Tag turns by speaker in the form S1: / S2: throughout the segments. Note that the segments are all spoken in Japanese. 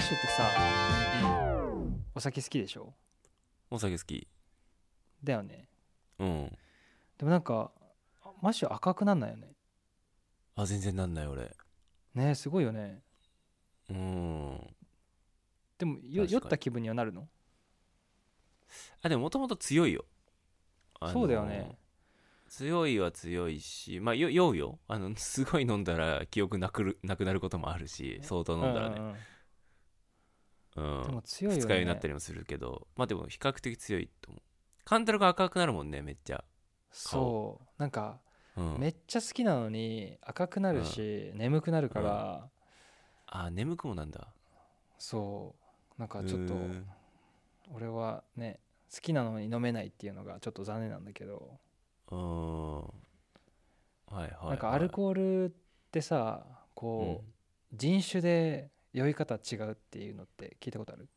S1: シュってさお酒好きでしょ
S2: お酒好き
S1: だよね
S2: うん
S1: でもなんかマッシュ赤くなんないよね
S2: あ全然なんない俺
S1: ねすごいよね
S2: うん
S1: でもよ
S2: 確かに
S1: 酔った気分にはなるの
S2: あでももともと強いよあの
S1: そうだよね
S2: 強いは強いしまあよ酔うよあの すごい飲んだら記憶なくるなくなることもあるし相当飲んだら
S1: う
S2: ね
S1: んうん
S2: うん
S1: うんでも強いよね
S2: 二日酔いになったりもするけどまあでも比較的強いと思うカンタルが赤くなるもんねめっちゃ
S1: そうなんか
S2: うん
S1: めっちゃ好きなのに赤くなるし、眠くなるから、
S2: あ眠くもなんだ
S1: そうなんかちょっと
S2: うーん
S1: 俺はね好きなのに飲めないっていうのがちょっと残念なんだけど、
S2: うーんはいはい、はい、
S1: なんかアルコールってさこう、人種で酔い方違うっていうのって聞いたことある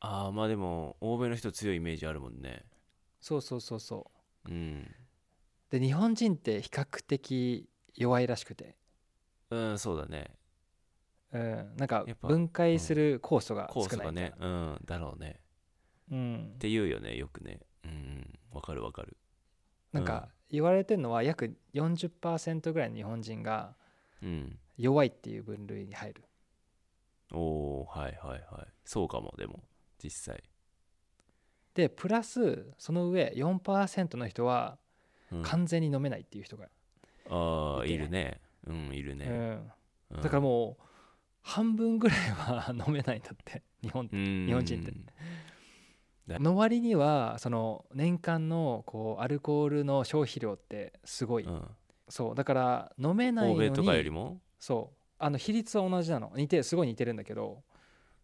S2: ああまあでも欧米の人強いイメージあるもんね
S1: そうそうそうそう
S2: うん、
S1: で日本人って比較的弱いらしくて、
S2: うん、そうだね
S1: うん、なんか
S2: やっぱ
S1: 分解する酵素が
S2: 酵
S1: 少
S2: 素
S1: ない
S2: が
S1: みたい
S2: ね
S1: な、
S2: うんだろうね
S1: うん
S2: っ、て言うよねよくねうんわかるわかる
S1: なんか言われてるのは約40%ぐらいの日本人が
S2: うん
S1: 弱いっていう分類に入る
S2: おおはいはいはいそうかもでも実際、
S1: でプラスその上4%の人は
S2: うん、あ
S1: 完全に飲めないっていう人が、
S2: あー
S1: いて
S2: いるねうんいる
S1: う
S2: ね、
S1: ん、
S2: うん
S1: だからもう半分ぐらいは 飲めないんだって日本って
S2: 日
S1: 本人って
S2: だ
S1: の割にはその年間のこうアルコールの消費量ってすごい、
S2: うん、
S1: そうだから飲めない
S2: 欧
S1: のに
S2: 米とかよりも
S1: そうあの比率は同じなの似てすごい似てるんだけど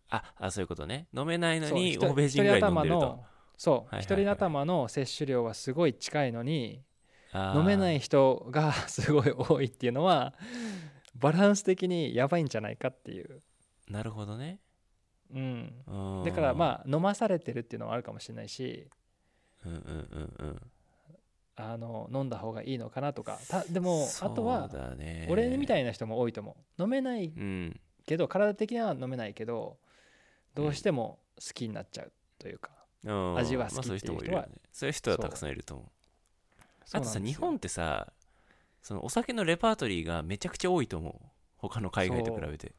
S2: ああそういうことね飲めないの
S1: そう
S2: に
S1: ひと
S2: 欧米人ぐらい飲んで
S1: 一
S2: る
S1: 人頭
S2: と
S1: のそう
S2: はいはい
S1: 一人頭の摂取量はすごい近いのに飲
S2: 飲
S1: めないい人がすごい多いっていうのはバランス的にやばいんじゃないかっていう、
S2: なるほどね
S1: うん、だ
S2: だ
S1: からまあ飲まされてるっていうのもあるかもしれないし
S2: あうんうんうん
S1: あの飲んだ方がいいのかなとかたで
S2: うん
S1: も
S2: そ
S1: あとは
S2: うだね
S1: 俺みた
S2: い
S1: いな人も多いと思う飲めない
S2: うん
S1: けど体的には飲めないけどどうしても好きになっちゃうというか、
S2: うん
S1: 味は好き
S2: まあそうい
S1: っ
S2: う
S1: ていう
S2: 人もいる
S1: 人は
S2: よねそういう人はたくさんいると思うあと
S1: そう
S2: さ
S1: なんですよ
S2: 日本ってさそのお酒のレパートリーがめちゃくちゃ多いと思う他の海外と比べて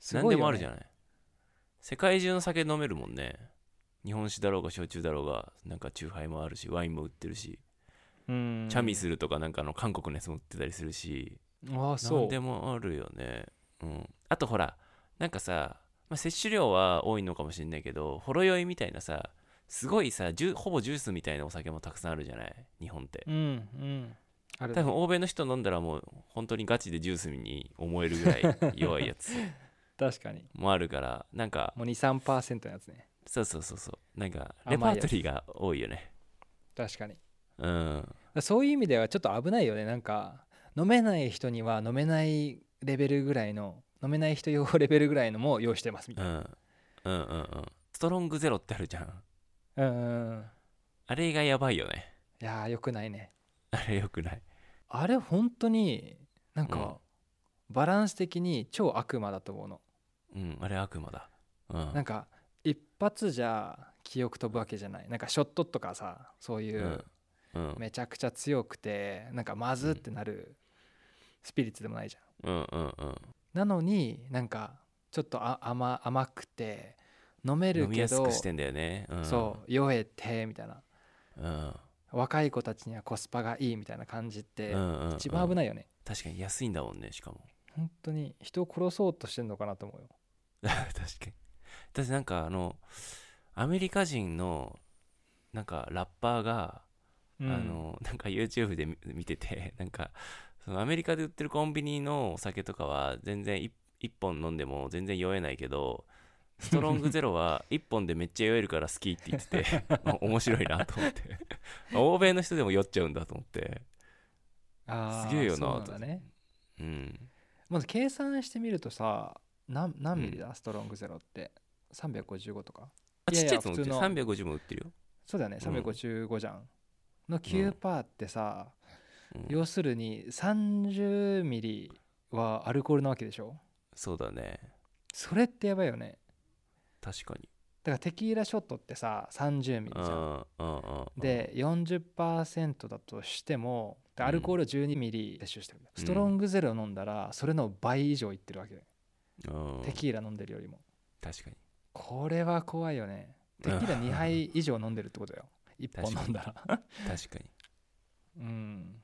S1: すごいよ
S2: 何で
S1: ね
S2: もあるじゃない世界中の酒飲めるもんね日本酒だろうが焼酎だろうがなんかチューハイもあるしワインも売ってるし
S1: うん
S2: チャミスルとかなんかあの韓国のやつも売ってたりするし
S1: ああそ
S2: 何
S1: う
S2: でもあるよねうんあとほらなんかさ、まあ、摂取量は多いのかもしれないけどほろ酔いみたいなさすごいさジュほぼジュースみたいなお酒もたくさんあるじゃない日本って
S1: うんうんある
S2: 多分欧米の人飲んだらもう本当にガチでジュースに思えるぐらい弱い やつ
S1: 確かに
S2: もあるからなんか
S1: もう23%のやつね
S2: そうそうそうそうなんか
S1: 甘い
S2: レパ
S1: やつ
S2: ートリーが多いよね
S1: 確かに
S2: うん
S1: そういう意味ではちょっと危ないよねなんか飲めない人には飲めないレベルぐらいの飲めない人用レベルぐらいのも用意してますみ
S2: う
S1: たい
S2: んうんうんうんストロングゼロってあるじゃん
S1: なうんうんうん
S2: あれがやばいよね
S1: いやーよくないね
S2: あれよくない
S1: あれ本当になんか、バランス的に超悪魔だと思うの
S2: うんあれ悪魔だうん
S1: なんか一発じゃ記憶飛ぶわけじゃないなんかショットとかさそういううん
S2: うん
S1: めちゃくちゃ強くてなんかまずってなるスピリッツでもないじゃん
S2: うんうんうん
S1: なのになんかちょっとあ甘甘くて飲める
S2: 飲み
S1: け
S2: やす
S1: ど
S2: くしてんだよね、うん、
S1: そう酔えてみたいな
S2: うん、うん
S1: 若い子たちにはコスパがいいみたいな感じって
S2: うんうん、
S1: 一番危
S2: い
S1: ないよね
S2: 確かに安いんだもんねしかも
S1: 本当に人を殺そうとしてんのかなと思うよ
S2: 確かにだってなんかあのアメリカ人のなんかラッパーが、
S1: うん
S2: あのなんか YouTube で見見ててなんかそのアメリカで売ってるコンビニのお酒とかは全然一一本飲んでも全然酔えないけどストロングゼ ロは一本でめっちゃ酔えるから好きって言っててまあ面白いなと思って欧米の人でも酔っちゃうんだと思って
S1: あー
S2: すげえよな
S1: そうなんだね
S2: うん
S1: まず計算してみるとさ何何ミリだ、ストロングゼロって355とか
S2: あ
S1: いや
S2: ち
S1: い
S2: っ
S1: や
S2: ちゃいやつも売ってる
S1: 普通の
S2: 350も売ってるよ、
S1: そうだよね
S2: うん
S1: 355じゃん、の9%ってさ、
S2: うん
S1: 要するに30ミリはアルコールなわけでしょ
S2: そうだね
S1: それってやばいよね
S2: 確かに
S1: だからテキーラショットってさ30ミリ
S2: う
S1: じゃん
S2: んうんうんうん
S1: で40%だとしてもでアルコールを12ミリ摂取してる、ストロングゼロ飲んだらそれの倍以上いってるわけだよ、
S2: うん
S1: テキーラ飲んでるよりも
S2: 確かに
S1: これは怖いよねテキーラ2杯以上飲んでるってことだよ1本飲んだら
S2: 確かに
S1: うん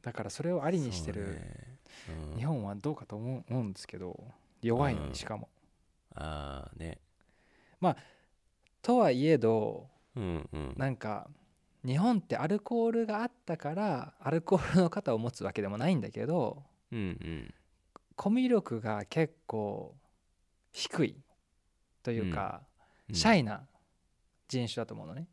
S1: だからそれをありにして
S2: そう
S1: る、
S2: ねうん
S1: 日本はどうかと思う思うんですけど弱いの
S2: うん
S1: にしかも、
S2: ああね
S1: とはいえど
S2: うんうん
S1: なんか日本ってアルコールがあったからアルコールの肩を持つわけでもないんだけど
S2: うんうん
S1: コミュ力が結構低いというか、
S2: うん
S1: シャイな人種だと思うのね、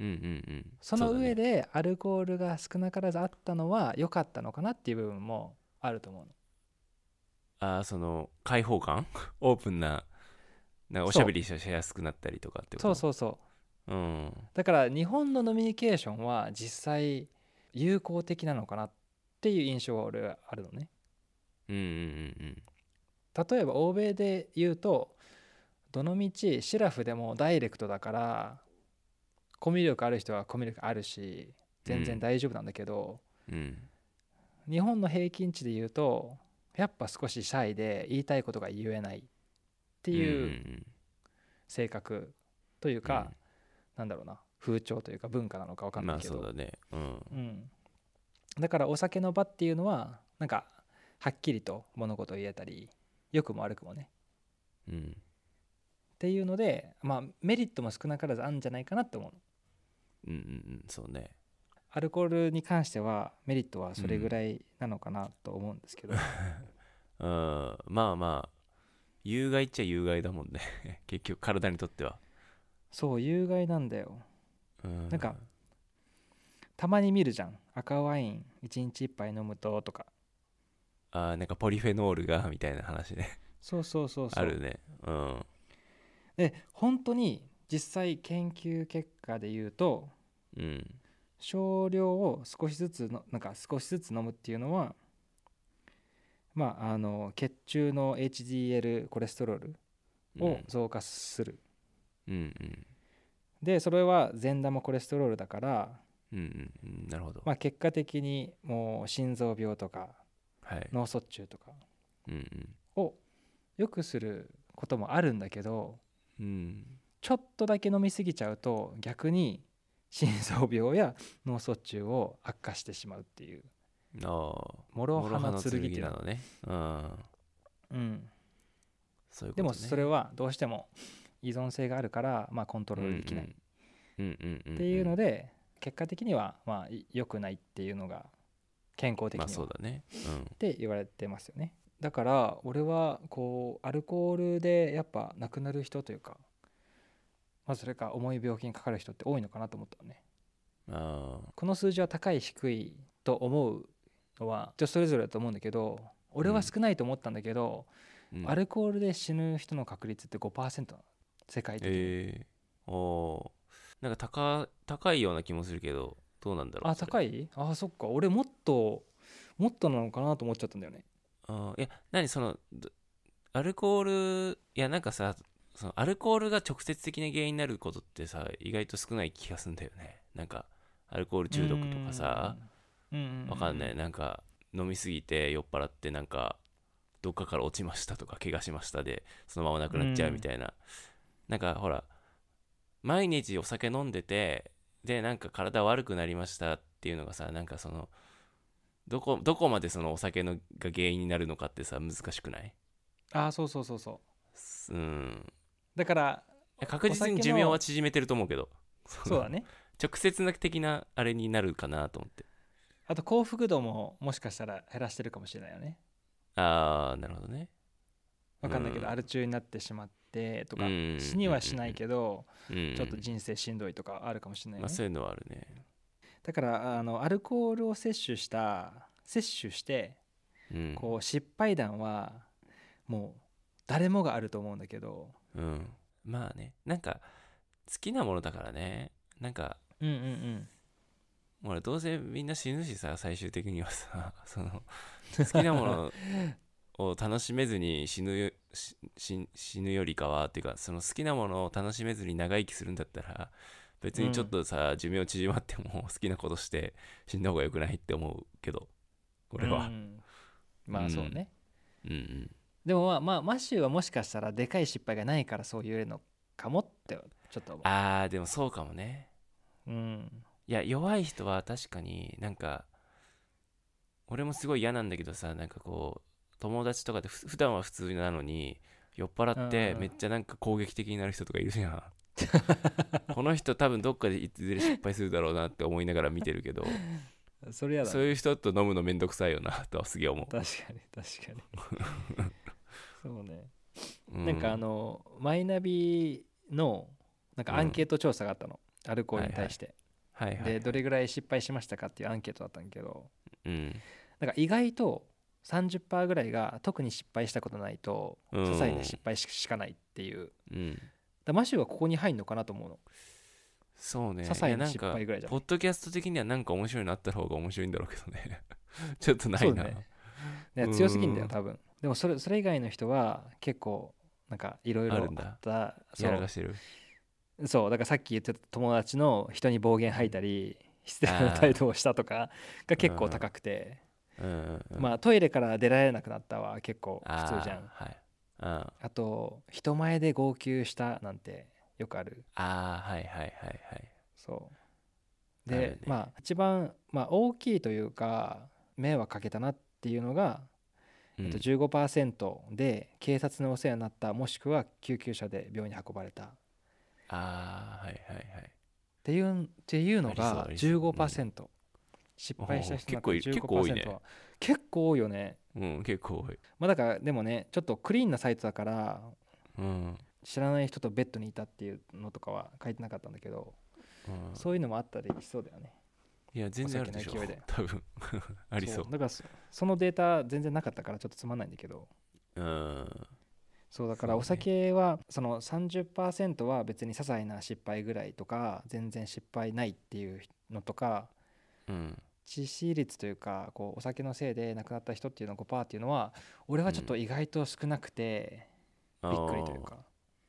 S2: うんうんうん
S1: その
S2: うだね
S1: 上でアルコールが少なからずあったのは良かったのかなっていう部分もあると思うの
S2: ああその開放感 オープンななんかおしゃべりしやすくなったりとかってこと
S1: そうそうそう
S2: ううん
S1: だから日本のノミニケーションは実際友好的なのかなっていう印象は俺はあるのね
S2: うんうんうん
S1: 例えば欧米で言うとどのみちシラフでもダイレクトだからコミュ力ある人はコミュ力あるし全
S2: う
S1: 然
S2: ん
S1: 大丈夫なんだけど、
S2: うんうん
S1: 日本の平均値で言うとやっぱ少しシャイで言いたいことが言えないって
S2: うん
S1: いう
S2: うん
S1: 性格という
S2: う
S1: か
S2: ん、
S1: なんだろうな風潮というか文化なのか分かんな
S2: まあ
S1: いけ
S2: そ
S1: ど、
S2: うだねうん
S1: うん、だからお酒の場っていうのはなんかはっきりと物事を言えたり良くも悪くもね
S2: うん
S1: っていうので、まあ、メリットも少なからずあるんじゃないかなと思うの
S2: うんうんうんそうね
S1: アルコールに関してはメリットはそれぐらいなのかなと思うん ですけど、
S2: うんまあまあ有害っちゃ有害だもんね 結局体にとっては
S1: そう有害なんだよ
S2: うん
S1: なんかたまに見るじゃん赤ワイン1日1杯飲むととか
S2: あーなんかポリフェノールがみたいな話ね
S1: そうそうそうそう
S2: あるねうん
S1: で本当に実際研究結果で言うと
S2: うん
S1: 少量を少しずつのなんか少しずつ飲むっていうのはまああの血中の HDL コレステロールを増加する、
S2: うんうん
S1: でそれは善玉コレステロールだから、
S2: うんうんうんなるほど
S1: まあ、結果的にもう心臓病とか
S2: はい
S1: 脳卒中とか
S2: うんうん
S1: を良くすることもあるんだけど
S2: うん
S1: ちょっとだけ飲み過ぎちゃうと逆に心臓病や脳卒中を悪化してしまうっていう
S2: ああ
S1: 諸刃
S2: 刃
S1: の剣っていう
S2: な
S1: の
S2: のねうん
S1: うん、
S2: そういうこと
S1: で
S2: ね
S1: もそれはどうしても依存性があるから、まあ、コントロールできないっ
S2: うんうんうんんん
S1: ていうので結果的にはまあい良くないっていうのが健康的
S2: ま
S1: に
S2: あそ
S1: は
S2: う
S1: っ
S2: だね
S1: て言われてますよねだから俺はこうアルコールでやっぱ亡くなる人というかまあそれか重い病気にかかる人って多いのかなと思ったのね
S2: うんああ
S1: この数字は高い低いと思うのは人それぞれだと思うんだけど俺は少ないと思ったんだけど、
S2: うん
S1: アルコールで死ぬ人の確率って5%なの世界的に、
S2: ええおーなんか高高いような気もするけどどうなんだろう
S1: あ高
S2: い
S1: いあそっか俺もっともっとなのかなと思っちゃったんだよね
S2: あーいや何そのどアルコールいやなんかさそのアルコールが直接的な原因になることってさ意外と少ない気がするんだよねなんかアルコール中毒とかさ
S1: うんうんう
S2: わかんない
S1: ね
S2: なんか飲みすぎて酔っ払ってなんかどっかから落ちましたとか怪我しましたでそのまま亡くなっちゃうみたいな、なんかほら毎日お酒飲んでてでなんか体悪くなりましたっていうのがさなんかそのどこどこまでそのお酒のが原因になるのかってさ難しくない
S1: あそうそうそうそ
S2: すうん
S1: うだから
S2: 確実に寿命は縮めてると思うけどの
S1: そうだね
S2: 直接な的なあれになるかなと思って
S1: あと幸福度ももしかしたら減らしてるかもしれないよね
S2: ああなるほどね
S1: わかんないけど、
S2: うん
S1: アル中になってしまってとか、
S2: うん
S1: 死にはしないけど、
S2: うん
S1: ちょっと人生しんどいとかあるかもしれないよ
S2: まあ、
S1: ね、
S2: そういうのはあるね
S1: だからあのアルコールを摂取した摂取して
S2: うん
S1: こう失敗談はもう誰もがあると思うんだけど、
S2: うん、まあねなんか好きなものだからねなんか
S1: うんうんうん
S2: ほ らどうせみんな死ぬしさ最終的にはさその好きなものを楽しめずに死ぬよしし死ぬよりかはっていうかその好きなものを楽しめずに長生きするんだったら別にちょっとさ、寿命縮まっても好きなことして死んだ方がよくないって思うけど俺
S1: う
S2: は
S1: んまあそうね、
S2: うんうん
S1: でもまあ、まあ、マシューはもしかしたらでかい失敗がないからそう言えるのかもってちょっと思う
S2: あーでもそうかもね
S1: うん
S2: いや弱い人は確かになんか俺もすごい嫌なんだけどさなんかこう友達とかでふ普段は普通なのに酔っ払っ
S1: うん
S2: て
S1: うん
S2: めっちゃなんか攻撃的になる人とかいるじゃ んこの人多分どっかでいずれ失敗するだろうなって思いながら見てるけど
S1: それやだ
S2: そう
S1: ね
S2: いう人と飲むのめんどくさいよなとはすげえ思
S1: 確かに確かに そうね、
S2: う、う
S1: なんかあのマイナビのなんかアンケート調査があったの、アルコールに対して、
S2: はいはい
S1: でどれぐらい失敗しましたかっていうアンケートだったんだけど
S2: うん
S1: なんか意外と30%ぐらいが特に失敗したことないと
S2: うん
S1: 些細な失敗ししかないっていう、だか
S2: うん
S1: らマシューはここに入るのかなと思うの
S2: そうね
S1: 些細な失
S2: いや
S1: 敗
S2: んか
S1: ぐらいじゃん
S2: ポッドキャスト的にはなんか面白いのあった方が面白いんだろうけどね ちょっとな
S1: そ
S2: いうな
S1: だ
S2: う,、
S1: ねね強すぎんだ
S2: う
S1: よ
S2: ん
S1: 多分でもそれそれ以外の人は結構なんかいろいろ
S2: あ
S1: あ
S2: るんだ
S1: ったそ
S2: やら
S1: う
S2: かしてる
S1: そうだからさっき言ってた友達の人に暴言吐いたり失礼な態度をしたとかが結構高くて、
S2: うんうんうん、
S1: まあトイレから出られなくなったは結構
S2: あ
S1: 普通じゃんあ
S2: ーはいあ
S1: と人前で号泣したなんてよくある
S2: あーはいはいはいはい
S1: そう
S2: あ
S1: で、
S2: るね
S1: まあ一番、まあ、大きいというか迷惑かけたなっていうのが、
S2: うん
S1: えっと、15%で警察のお世話になったもしくは救急車で病院に運ばれたっ
S2: ああはいはいはい
S1: ていうっていうのが
S2: ありそうありそ
S1: 15%、失敗した人なんて
S2: おー結構い
S1: 15%は結構多いよね
S2: うん結構多い
S1: まあだからでもねちょっとクリーンなサイトだから
S2: うん、
S1: 知らない人とベッドにいたっていうのとかは書いてなかったんだけど、
S2: うん、
S1: そういうのもあったりしそうだよね
S2: いや全然あるでしょ
S1: お酒の勢いで
S2: 多分 ありそう
S1: だからそそのデータ全然なかったからちょっとつまんないんだけど
S2: うん
S1: そうだか
S2: そう
S1: ら
S2: ね
S1: お酒はその30%は別に些細な失敗ぐらいとか全然失敗ないっていうのとか
S2: うん
S1: 致死率というかこうお酒のせいで亡くなった人っていうの5%っていうのは俺はちょっと意外と少なくてびっくりというか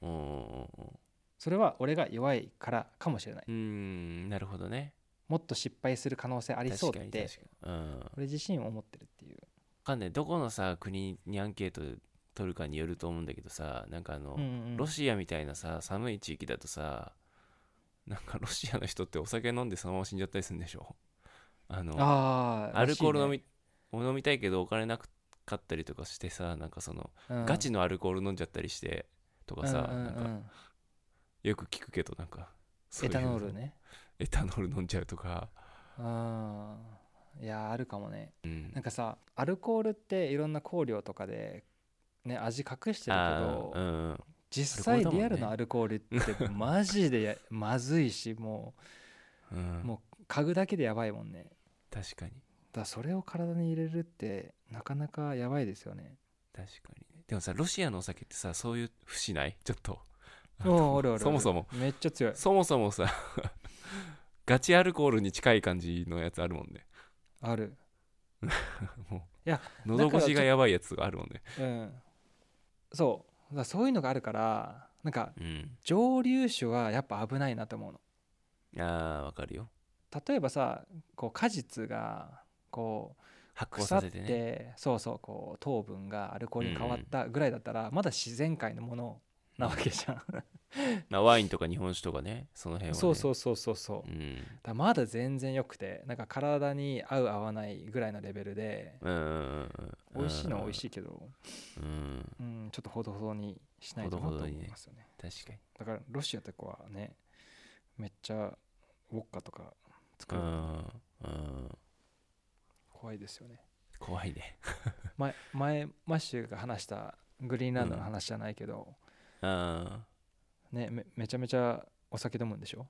S2: あーうんうんうんうん
S1: それは俺が弱いからかもしれないう
S2: ーんなるほどね
S1: もっと失敗する可能性ありそう
S2: 確
S1: っ
S2: かに
S1: て
S2: 確かにうんわ
S1: 俺自身思ってるっていう
S2: かんないどこのさ国にアンケート取るかによると思うんだけどさなんかあの、
S1: うんうん
S2: ロシアみたいなさ寒い地域だとさなんかロシアの人ってお酒飲んでそのまま死んじゃったりするんでしょあの
S1: あー
S2: アルコール
S1: らし
S2: 飲
S1: い
S2: み,、
S1: ね
S2: 飲みたいけどお金なかったりとかしてさなんかその、
S1: うん
S2: ガチのアルコール飲んじゃったりしてとかさ、
S1: うんうん
S2: な
S1: うんん
S2: かよく聞くけどなんかそ
S1: エ
S2: ういう
S1: タノールね
S2: エタノール飲んじゃうとか、
S1: あーいやーあるかもね
S2: うん
S1: なんかさアルコールっていろんな香料とかで、ね、味隠してるけど、
S2: あーうんうん
S1: 実際リアルな
S2: ア
S1: アルコールってマジでやまずいしも
S2: うん
S1: もう嗅ぐだけでやばいもんね
S2: 確かに
S1: だからそれを体に入れるってなかなかやばいですよね
S2: 確かにねでもさロシアのお酒ってさそういう不しないちょっと
S1: お おるおるおる
S2: そもそも
S1: めっちゃ強い
S2: そもそもさガチアルコールに近い感じのやつあるもんね
S1: ある
S2: もう
S1: いや
S2: 喉越しがやばいやつがあるもんね
S1: うんそうだからそういうのがあるからなんか
S2: うん
S1: 蒸留酒はやっぱ危ないなと思うの
S2: あーわかるよ
S1: 例えばさこう果実がこう
S2: 発酵
S1: 腐
S2: さ
S1: っ
S2: せ
S1: て
S2: てね
S1: そうそうこう糖分がアルコールに変わったぐらいだったら、まだ自然界のものなわけじゃん、
S2: まあ、ワインとか日本酒とかねその辺は、ね、、
S1: そうそううそうそうそうだか
S2: ん、
S1: らまだ全然良くてなんか体に合う合わないぐらいのレベルで
S2: うんうんうんうん
S1: 美味しいのは美味
S2: い、
S1: しいけど、
S2: うん、
S1: うん、ちょっとほどほどにしないとな
S2: ほどほ
S1: と
S2: ど
S1: 思
S2: にね
S1: いますよね
S2: 確かに
S1: だからロシアとかはねめっちゃウォッカとか作
S2: う
S1: る
S2: ん、うん、
S1: 怖いですよね
S2: 怖いね
S1: 前前マッシュが話したグリーンランドの話じゃないけど、
S2: うん
S1: ねめめちゃめちゃお酒飲むんでしょ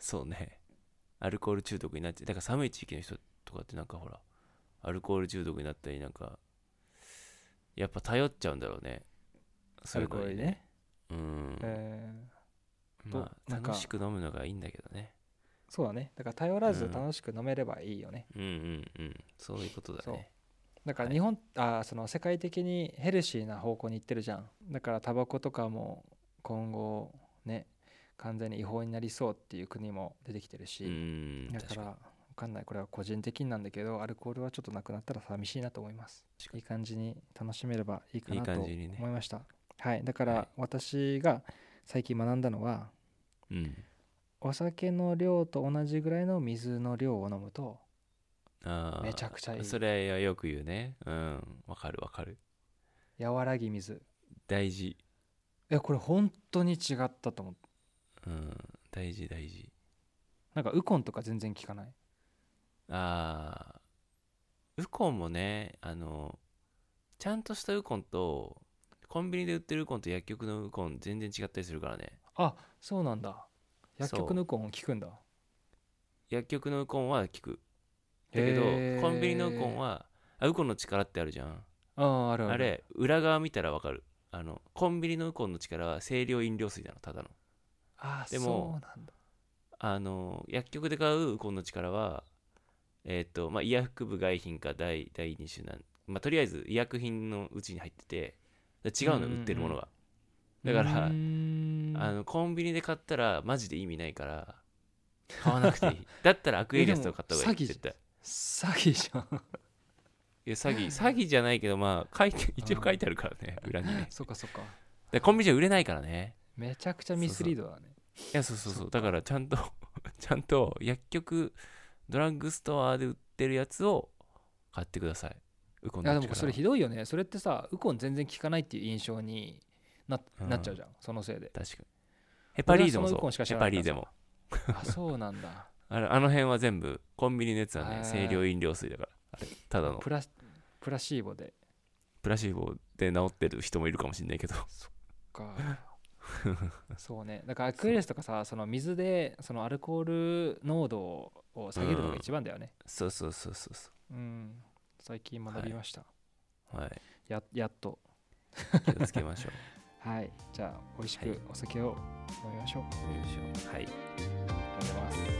S2: そうねアルコール中毒になってだから寒い地域の人とかってなんかほらアルコール中毒になったりなんかやっぱ頼っちゃうんだろうね
S1: ア
S2: そう
S1: ル
S2: いう
S1: コ
S2: の
S1: ール
S2: に
S1: にね
S2: うん、
S1: えー
S2: まあ
S1: となんか
S2: 楽しく飲むのがいいんだけどね
S1: ーそうだねだから頼らず
S2: うん
S1: 楽しく飲めればいいよね、
S2: うんうんうんそういうことだね
S1: だから日本、あその世界的にヘルシーな方向に行ってるじゃんだからタバコとかも今後ね完全に違法になりそうっていう国も出てきてる
S2: う
S1: し、
S2: ーん
S1: だか
S2: 確
S1: ら
S2: か
S1: わかんないこれは個人的になんだけどアルコールはちょっとなくなったら寂しいなと思います
S2: 確か
S1: いい感じに楽しめればいいか
S2: にいい
S1: なと
S2: 感
S1: 思
S2: じ
S1: い
S2: にね
S1: ましたはいだか
S2: は
S1: ら
S2: い
S1: 私が最近学んだのは
S2: うん
S1: お酒の量と同じぐらいの水の量を飲むと
S2: あー
S1: めちゃくちゃいい
S2: それはよく言うねうんわかるわかる
S1: 和らぎ水
S2: 大事
S1: いやこれ本当に違ったと思って
S2: うん大事大事
S1: なんかウコンとか全然効かない
S2: あーウコンもねあのちゃんとしたウコンとコンビニで売ってるウコンと薬局のウコン全然違ったりするからね
S1: あそうなんだ薬
S2: そ
S1: 局
S2: う
S1: のウコン効くんだ
S2: 薬局のウコンは効くだけど
S1: へー
S2: コンビニのウコンはあウコンの力ってあるじゃん
S1: あああるある
S2: あれ裏側見たらわかるあのコンビニのウコンの力は清涼飲料水なのただの
S1: あ
S2: で
S1: で
S2: も
S1: もそうなんだ
S2: あの薬局で買うウコンの力はえっ、とまあ医薬部外品か第第2種なんまあとりあえず医薬品のうちに入っててで違うの
S1: うんうんう
S2: 売
S1: ん
S2: ってるものが、だから
S1: うーん
S2: あのコンビニで買ったらマジで意味ないから買わなくてい いだったらアクエリアスを買った方がいい
S1: えでも詐欺じゃん
S2: 絶
S1: 詐
S2: 対
S1: 欺じゃ ん
S2: いや詐欺詐欺じゃないけどまあ書いて一応書いてあるからね裏に ね
S1: そっかそっか
S2: でコンビニじゃ売れないからね
S1: めちゃくちゃミスリードだね
S2: いやそうそうそうだからちゃんと ちゃんと薬局ドラッグストアで売ってるやつを買ってくださいウコン
S1: い
S2: の
S1: や
S2: 力
S1: でもそれひどいよねそれってさウコン全然効かないっていう印象にな
S2: うん
S1: なっちゃうじゃんそのせい で
S2: 確かにヘパリーゼも
S1: 俺はそのウコンし
S2: そう
S1: か知
S2: ヘ
S1: らなかった
S2: パリーゼも
S1: あそうなんだ
S2: あれあの辺は全部コンビニのやつはね
S1: へー
S2: 清涼飲料水だからあれただの
S1: プラプラシーボで
S2: プラシーボで治ってる人もいるかもしれないけど
S1: かそうねだからアクエリアスとかさその水でそのアルコール濃度を下げるのが一番だよね
S2: そうそうそうそうそ
S1: うん、最近学びました、
S2: うはい
S1: ややっと
S2: 気をつけましょう
S1: はいじゃあ美味し
S2: はい
S1: くお酒を飲みましょう、
S2: よいしょは
S1: あ
S2: い
S1: りがとうございます